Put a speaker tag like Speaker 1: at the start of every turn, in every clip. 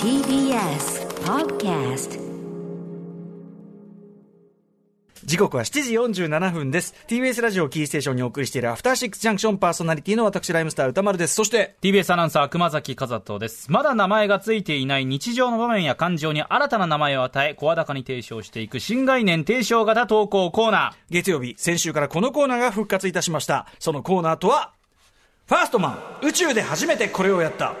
Speaker 1: TBS Podcast
Speaker 2: 時刻は7時47分です。TBS ラジオをキーステーションにお送りしているアフターシックスジャンクションパーソナリティの私、ライムスター歌丸です。そして、
Speaker 3: TBS アナウンサー熊崎和人ですまだ名前がついていない日常の場面や感情に新たな名前を与え声高に提唱していく新概念提唱型投稿コーナ
Speaker 2: 月曜日、先週からこのコーナーが復活いたしました。そのコーナーとは、ファーストマン、宇宙で初めてこれをやった。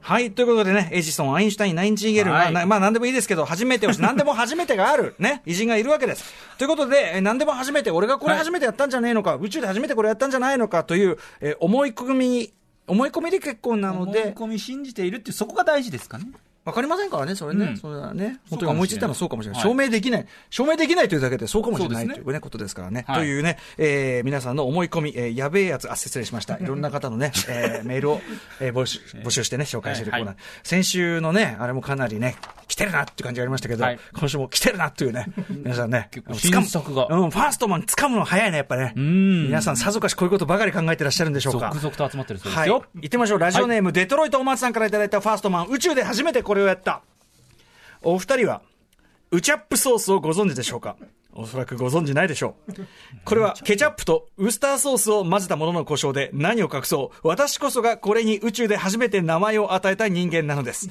Speaker 2: はい。ということでね、エジソン、アインシュタイン、ナインチンゲール、
Speaker 3: はい
Speaker 2: まあなまあ何でもいいですけど、初めてをし、何でも初めてがある、 ね、偉人がいるわけです。ということで、え何でも初めて、俺がこれ初めてやったんじゃねえのか、宇宙で初めてこれやったんじゃないのかという、えー思い込み、思い込みで結構な
Speaker 3: ー
Speaker 2: の
Speaker 3: 思い
Speaker 2: で、
Speaker 3: 込み信じているっていうそこが大事ですかね
Speaker 2: わかりませんからね、それね。
Speaker 3: うん
Speaker 2: それはね。
Speaker 3: そう
Speaker 2: 本当に
Speaker 3: かもしれない
Speaker 2: 思いついたのはそうかもしれない。
Speaker 3: はい
Speaker 2: 証明できない。証明できないというだけでそうかもしれない、
Speaker 3: そう
Speaker 2: と
Speaker 3: です
Speaker 2: い
Speaker 3: ね
Speaker 2: うね、ことですからね。
Speaker 3: はい
Speaker 2: というね、えー皆さんの思い込み、えーやべえやつ、あ、失礼しました。いろんな方の ね、えーメールを、えー募集、募集してね、紹介してるコーナー。
Speaker 3: はい
Speaker 2: 先週のね、あれもかなりね、来てるなっていう感じがありましたけど、
Speaker 3: はい
Speaker 2: 今週も来てるなっていう ね、皆さんね、
Speaker 3: 結構
Speaker 2: 掴む
Speaker 3: 新作が
Speaker 2: うん、ファーストマン掴むの早いね、やっぱね。
Speaker 3: ん
Speaker 2: 皆さんさぞかしこういうことばかり考えてらっしゃるんでしょう
Speaker 3: 続
Speaker 2: か。
Speaker 3: 々と集まってるそうで
Speaker 2: は
Speaker 3: す
Speaker 2: い、
Speaker 3: よ、
Speaker 2: 行ってみましょう。ラジオネーム、デトロイトお松さんからいただいたファーストマン、宇宙で初めてこれをやった。お二人は、ウチャップソースをご存知でしょうかおそらくご存知ないでしょう。これはケチャップとウスターソースを混ぜたものの故障で何を隠そう。私こそがこれに宇宙で初めて名前を与えた人間なの です。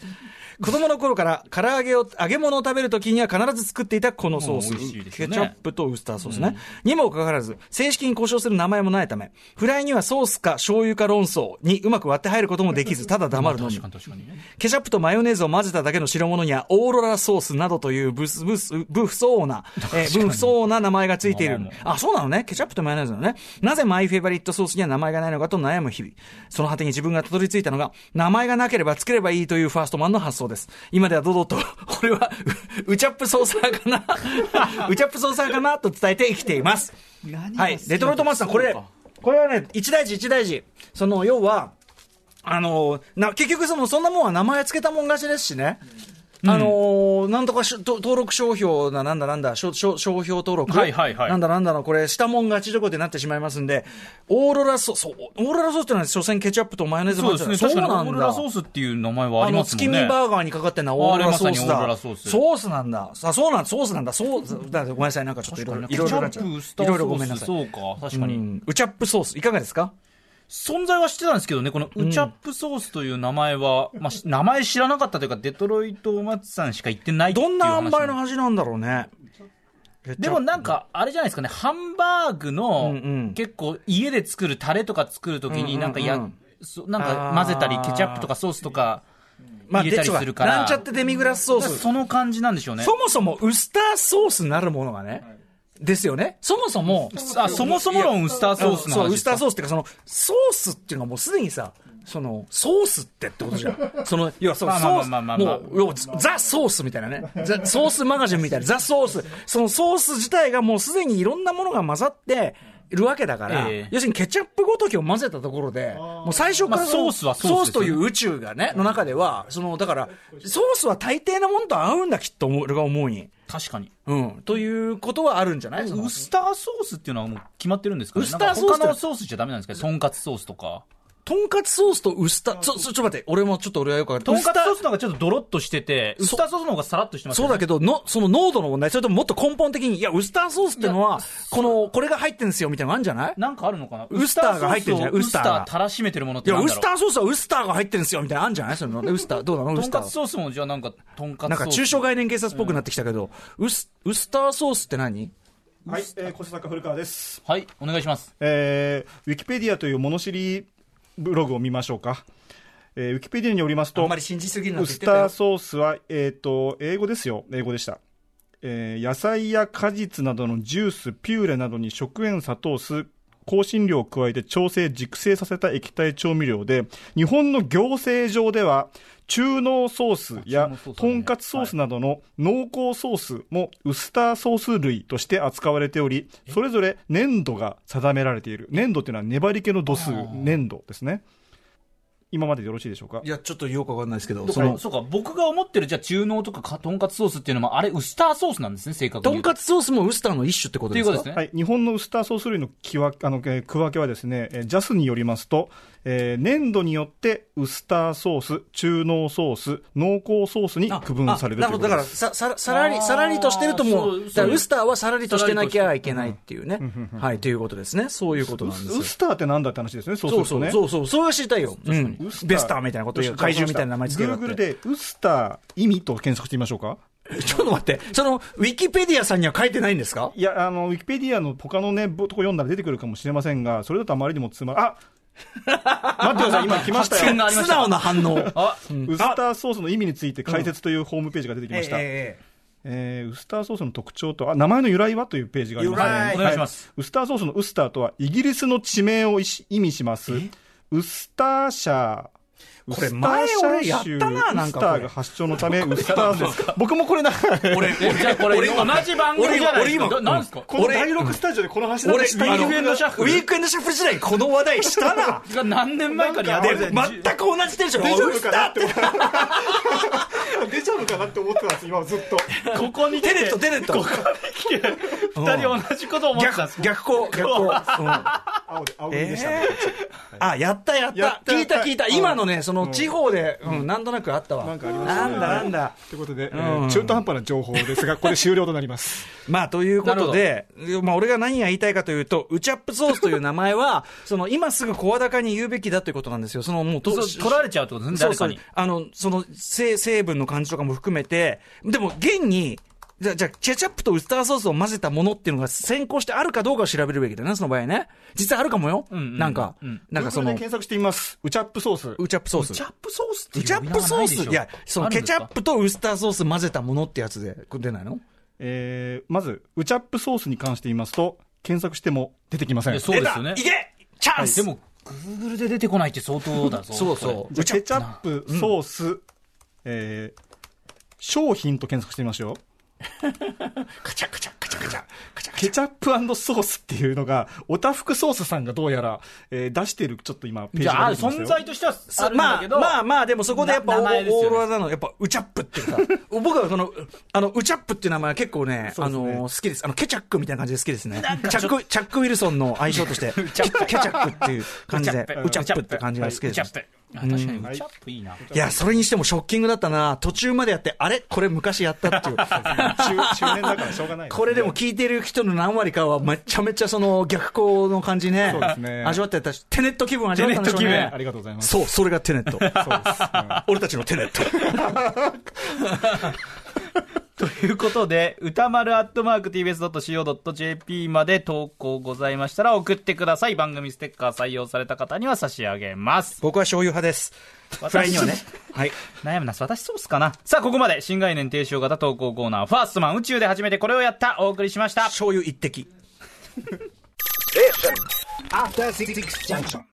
Speaker 2: 子供の頃から唐揚げを、揚げ物を食べるときには必ず作っていたこのソース。
Speaker 3: もう美味しいです
Speaker 2: ケ
Speaker 3: よね
Speaker 2: チャップとウスターソースね。にもかかわらず、正式に故障する名前もないため、フライにはソースか醤油か論争にうまく割って入ることもできず、ただ黙るのみ
Speaker 3: 確か。に確かにね
Speaker 2: ケチャップとマヨネーズを混ぜただけの白物には、オーロラソースなどというブスブス、不相な、えー、不相な名前がついている
Speaker 3: まあま。
Speaker 2: あ、そうなのね。ケチャップとマヨネーズなのね。なぜマイフェイバリットソースには名前がないのかと悩む日々。その果てに自分がたどり着いたのが、名前がなければつければいいというファーストマンの発想です。今では堂々と、これは、うウチャップソーサーかなウチャップソーサーかなと伝えて生きています。はい。レトロトマスさん、これ、これはね、一大事一大事。その、要は、あのな結局その、そんなもんは名前つけたもん勝ちですしね。あのなんとかしと登録商標だ、なんだなんだ、しょしょ商標登録、
Speaker 3: はいはいはい
Speaker 2: なんだなんだの、これ、したもん勝ちとこでなってしまいますんで、オーロラソース、そうオーロラソースってのは、所詮ケチャップとマヨネーズ
Speaker 3: そ
Speaker 2: も
Speaker 3: う
Speaker 2: あ
Speaker 3: です
Speaker 2: る
Speaker 3: ね
Speaker 2: じゃない
Speaker 3: 確かに
Speaker 2: そう
Speaker 3: オ
Speaker 2: な
Speaker 3: ー
Speaker 2: ん
Speaker 3: ロ
Speaker 2: だ。
Speaker 3: ラソースっていう名前はあ
Speaker 2: あ
Speaker 3: りま
Speaker 2: の
Speaker 3: す
Speaker 2: 月
Speaker 3: もん
Speaker 2: 見
Speaker 3: ね
Speaker 2: バーガーにかかってんのはオーロラソースだ。
Speaker 3: あれまさにオーロラソース
Speaker 2: ソースなんだ。あ、そうなん、ソースなんだ。ソース、だごめんなさい、なんかちょっといろいろ、
Speaker 3: ケ
Speaker 2: い
Speaker 3: チ
Speaker 2: ろいろ
Speaker 3: ャ
Speaker 2: なっ
Speaker 3: ッ
Speaker 2: ちゃう
Speaker 3: プウスタ
Speaker 2: い
Speaker 3: ーソ
Speaker 2: ろいろごめんな
Speaker 3: ー
Speaker 2: さ
Speaker 3: ス
Speaker 2: い。
Speaker 3: そうか確かに、
Speaker 2: うんウチャップソース、いかがですか
Speaker 3: 存在は知ってたんですけどね、このウチャップソースという名前は、まあ、し名前知らなかったというか、デトロイト・お松さんしか言ってないっていう
Speaker 2: どんな
Speaker 3: 話
Speaker 2: 塩梅の味なんだろうね。
Speaker 3: でもなんか、あれじゃないですかね、ハンバーグ
Speaker 2: うんう
Speaker 3: の
Speaker 2: ん、
Speaker 3: 結構家で作るタレとか作ると
Speaker 2: う
Speaker 3: き
Speaker 2: んうんう
Speaker 3: に、
Speaker 2: ん
Speaker 3: なんかや、そなんか混ぜたり、
Speaker 2: あー
Speaker 3: ケチャップとかソースとか
Speaker 2: まあ、
Speaker 3: 入れたりするから、
Speaker 2: でなんちゃってデミグラスソース。
Speaker 3: その感じなんでしょうね。
Speaker 2: そもそもウスターソースなるものがね、ですよね。そもそも、
Speaker 3: あそもそも論ウスターソースの
Speaker 2: そう、
Speaker 3: 話
Speaker 2: ウ
Speaker 3: で
Speaker 2: ス
Speaker 3: す
Speaker 2: タ
Speaker 3: か
Speaker 2: ーソースっていうか、その、ソースっていうのはもうすでにさ、その、ソースってってことじゃ ん。その、要はその、
Speaker 3: まあ
Speaker 2: ソ
Speaker 3: まあ
Speaker 2: ース、
Speaker 3: まあまあまあまあ
Speaker 2: もう、要はザ・ソースみたいなね。ザ・ソースマガジンみ たいな、ザ・ソース。そのソース自体がもうすでにいろんなものが混ざって、いるわけだから、
Speaker 3: ええ
Speaker 2: 要するにケチャップごときを混ぜたところで、もう最初から
Speaker 3: まあ
Speaker 2: その
Speaker 3: ソースはソースですよ
Speaker 2: ソ
Speaker 3: ね
Speaker 2: ースという宇宙がね、の中では、その、だから、ソースは大抵のものと合うんだ、きっと、俺が思うに。
Speaker 3: 確かに。
Speaker 2: うん。ということはあるんじゃないその
Speaker 3: ウスターソースっていうのはもう決まってるんですかね
Speaker 2: ウスターソースって
Speaker 3: なんか他のソースじゃダメなんですかねとんかつソースとか。
Speaker 2: とんかつソースとウスター、ちょ、ちょ、ちょっと待って、俺もちょっと俺はよくわか
Speaker 3: と
Speaker 2: る。
Speaker 3: んかつソー
Speaker 2: ウス
Speaker 3: スの方がちょっとドロッとしてて、ウスターソースの方がサラッとし
Speaker 2: ター
Speaker 3: てます
Speaker 2: そうだけど、の、その濃度の問題、それとももっと根本的に、いや、ウスターソースってのは、この、これが入ってんですよ、みたいなのあるんじゃない
Speaker 3: なんかあるのかな
Speaker 2: ウスターが入ってるんじゃない
Speaker 3: ウスター
Speaker 2: ウスターが
Speaker 3: をウスターたらしめてるものっ
Speaker 2: い
Speaker 3: て
Speaker 2: や、
Speaker 3: なん
Speaker 2: ウ
Speaker 3: だろ
Speaker 2: ス
Speaker 3: う
Speaker 2: ターソースはウスターが入ってるんですよ、みたいなのあるんじゃないその、ウスター、どうなのウ
Speaker 3: と
Speaker 2: ス
Speaker 3: ん
Speaker 2: タ
Speaker 3: かつ
Speaker 2: ー。
Speaker 3: ソースもじゃあなんか、とんかつ
Speaker 2: な
Speaker 3: ソー
Speaker 2: ん
Speaker 3: ス。
Speaker 2: か、中小概念警察っぽくなってきたけど、ウス、ウスターソースって何
Speaker 4: はい、えー、小坂古川です、
Speaker 3: はい、お願いします。
Speaker 4: えー。ウィキペディアという物知りブログを見ましょうか。えー、ウィキペディアによります
Speaker 2: あん
Speaker 4: と
Speaker 2: ま、り信じすぎるな
Speaker 4: ウ
Speaker 2: って言っ
Speaker 4: ス
Speaker 2: てた
Speaker 4: ター
Speaker 2: よ。
Speaker 4: ソースは、えっ、と、英語ですよ。英語でした。えー野菜や果実などのジュース、ピューレなどに食塩砂糖酢、香辛料を加えて調整、熟成させた液体調味料で、日本の行政上では、中濃ソース
Speaker 3: あ中
Speaker 4: や
Speaker 3: 濃ソースね
Speaker 4: とんかつソースなどの濃厚ソースもウスターソース類として扱われており、それぞれ粘度が定められている。粘度というのは粘り気の度数、粘度ですね。今まででよろしいでしょうか
Speaker 2: いや、ちょっとよくわかんないですけど、
Speaker 3: そ
Speaker 2: その、
Speaker 3: そうか、僕が思ってる、じゃあ、中濃とかかとんかつソースっていうのも、あれ、ウスターソースなんですね、正確
Speaker 2: と
Speaker 3: に言
Speaker 2: ん
Speaker 3: うと。
Speaker 2: かつソースもウスターの一種ってことですか
Speaker 3: っていうことですね
Speaker 4: はい、日本のウスターソース類のきわあの、えー区分けはですね、えージャスによりますと、えー粘土によってウスターソース、中濃ソース、濃厚ソースに
Speaker 2: あ
Speaker 4: 区分される
Speaker 2: あ
Speaker 4: と
Speaker 2: ないるほど、だ
Speaker 4: うこ
Speaker 2: か
Speaker 4: とで
Speaker 2: ら
Speaker 4: す。
Speaker 2: さ、さら、さらり、さらりとしてるとも
Speaker 3: そう
Speaker 2: う、
Speaker 3: そう
Speaker 2: だからウスターはさらりとしてなきゃいけないっていうね。はい、ということですね。そういうことなんですよ
Speaker 4: ウスターってなんだって話ですね、そうす
Speaker 2: そ
Speaker 4: る
Speaker 2: うそ
Speaker 4: と
Speaker 2: う
Speaker 4: ね。
Speaker 2: そうそう、それは知りたいよ。うん
Speaker 4: ウスター
Speaker 2: ベスターみたいなこと言う。怪獣みたいな名前つけやがって。
Speaker 4: Google でウスター意味と検索してみましょうか。
Speaker 2: ちょっと待って、その、ウィキペディアさんには書いてないんですか
Speaker 4: いや、あの、ウィキペディアの他のね、ぼとこ読んだら出てくるかもしれませんが、それだとあまりにもつまら、あ待ってください、今来 ました
Speaker 3: 発見
Speaker 4: よ。
Speaker 3: がありま
Speaker 2: 素
Speaker 3: した
Speaker 2: 直な反応。
Speaker 3: あ、
Speaker 4: ウスターソースの意味について解説というホームページが出てきました。
Speaker 2: ええ
Speaker 4: えーウスターソースの特徴と、あ、名前の由来はというページがありますね。
Speaker 2: 由来
Speaker 4: は
Speaker 3: お願いします
Speaker 4: ウスターソースのウスターとは、イギリスの地名をいし意味します。ウスターシャー。
Speaker 2: これ前俺やったな
Speaker 4: ウ
Speaker 2: なん
Speaker 4: ス
Speaker 2: か
Speaker 4: タ
Speaker 2: これ
Speaker 4: ーが発祥のため、ウスターソース。僕もこれなんか、
Speaker 2: 俺、俺、
Speaker 3: じゃあこれ
Speaker 2: 俺今
Speaker 3: 同じ番組じゃないですか
Speaker 2: 俺今
Speaker 3: どなんですか
Speaker 4: この
Speaker 2: 俺
Speaker 4: 第6スタジオでこの話なん
Speaker 2: 俺、
Speaker 4: で
Speaker 2: ウ
Speaker 4: した
Speaker 2: ィークエンドシ
Speaker 3: シ
Speaker 2: ャ
Speaker 3: ャ
Speaker 2: ッ
Speaker 3: ッ
Speaker 2: フ
Speaker 3: フ
Speaker 2: ル。
Speaker 3: ル
Speaker 2: ウィークエンドシャッフル時代、この話題したな
Speaker 3: が何年前かにやって
Speaker 2: で
Speaker 3: る
Speaker 2: 全く同じテンション
Speaker 4: 出ちゃう
Speaker 2: ウ
Speaker 4: の
Speaker 2: ス
Speaker 4: か
Speaker 2: タ
Speaker 4: な
Speaker 2: ー
Speaker 4: っ
Speaker 2: って
Speaker 4: て。出ちゃうのかなって思ってたんです、今ずっと。
Speaker 3: ここに来
Speaker 2: テ
Speaker 3: て
Speaker 2: ネット、テネット。
Speaker 3: 二人同じこと思ってたんです
Speaker 2: 逆、逆光、逆光。 うん
Speaker 4: 青で、青
Speaker 2: え
Speaker 4: 組でしたね。
Speaker 2: ーあ、やったやっ
Speaker 4: やったた。
Speaker 2: 聞いた
Speaker 4: やった
Speaker 2: 聞いた。今のね、その地方で、うん、なんとなくあったわ。
Speaker 4: なんかありましたね
Speaker 2: なんだなんだ。
Speaker 4: ということで、えー中途半端な情報ですが、これ終了となります。
Speaker 2: まあ、ということで、まあ、俺が何が言いたいかというと、ウチャップソースという名前は、 その、今すぐ声高に言うべきだということなんですよ。その、もうと、
Speaker 3: そう取られちゃうってことですね、
Speaker 2: そう
Speaker 3: 誰
Speaker 2: そ
Speaker 3: か
Speaker 2: う
Speaker 3: に。。
Speaker 2: あの、その、成成分の感じとかも含めて、でも、現に、じゃあ、じゃあケチャップとウスターソースを混ぜたものっていうのが先行してあるかどうかを調べるべきだよね、その場合ね。実はあるかもよ。
Speaker 3: ん
Speaker 2: なんか、なんかそ
Speaker 4: Google で
Speaker 2: の、
Speaker 4: 検索してみます。ウチャップソース。
Speaker 2: ウチャップソース。
Speaker 3: ケチャップソースって
Speaker 2: ケチャップソースいや、そのケチャッ
Speaker 3: プ。
Speaker 2: プとウスターソース混ぜたものってやつで、これ出ないの
Speaker 4: えーまず、ウチャップソースに関して言いますと、検索しても出てきません。
Speaker 3: いや
Speaker 4: じ
Speaker 3: そうですよね。
Speaker 2: 出たいけチャンス
Speaker 3: でも、Google で出てこないって相当だぞ。
Speaker 2: そうそう。
Speaker 4: ゃあケチャップ、ソース、えー商品と検索してみましょう。
Speaker 2: カチャカチャカチャカチャカチャカチ
Speaker 4: ケチャップソースっていうのが、おたふくソースさんがどうやら、えー出してる、ちょっと今、ペー
Speaker 3: じ
Speaker 4: ジ
Speaker 3: ゃ
Speaker 4: が
Speaker 3: あ、
Speaker 4: 出てきますよ
Speaker 3: 存在としてはあ
Speaker 2: ャ。
Speaker 3: るんだ
Speaker 2: ま
Speaker 3: け
Speaker 2: あ
Speaker 3: ど、
Speaker 2: まあまあ、でもそこでやっぱ
Speaker 3: な
Speaker 2: オ
Speaker 3: 名前ですよ
Speaker 2: ー
Speaker 3: ね
Speaker 2: ロラなの、やっぱウチャップっていう か、僕はその、あの、ウチャップっていう名前は結構ね、
Speaker 4: そう
Speaker 2: あ
Speaker 4: ですね
Speaker 2: の、好きです。あの、ケチャックみたいな感じで好きですね。チャック、チャックウィルソンの愛称として、ケチャックっていう感じで、ウ
Speaker 3: ウ
Speaker 2: チャ
Speaker 3: チャップ
Speaker 2: ップって感じが好き
Speaker 3: ウ
Speaker 2: です
Speaker 3: チャ。ップ。あ確かに、ウチャップいいな。
Speaker 2: いや、それにしてもショッキングだったな。途中までやって、あれこれ昔やったっていう。
Speaker 4: 中中年だからしょうがないすね、
Speaker 2: これでも聞いてる人の何割かはめちゃめちゃその逆光の感じね。
Speaker 4: そうですね
Speaker 2: 味わってたし、テネット気分味わったんでしょうね。
Speaker 3: テネット気
Speaker 4: 分ありがとうございます
Speaker 2: そう、それがテネット。
Speaker 4: そうです。
Speaker 2: 俺たちのテネット。
Speaker 3: ということで、歌丸アットマーク tbs.co.jp まで投稿ございましたら送ってください。番組ステッカー採用された方には差し上げます。
Speaker 2: 僕は醤油派です。フライにはね。はい。
Speaker 3: 悩むな、私そうっすかな。さあ、ここまで新概念提唱型投稿コーナー、ファーストマン宇宙で初めてこれをやった、お送りしました。
Speaker 2: 醤油一滴。
Speaker 5: After Six Junction.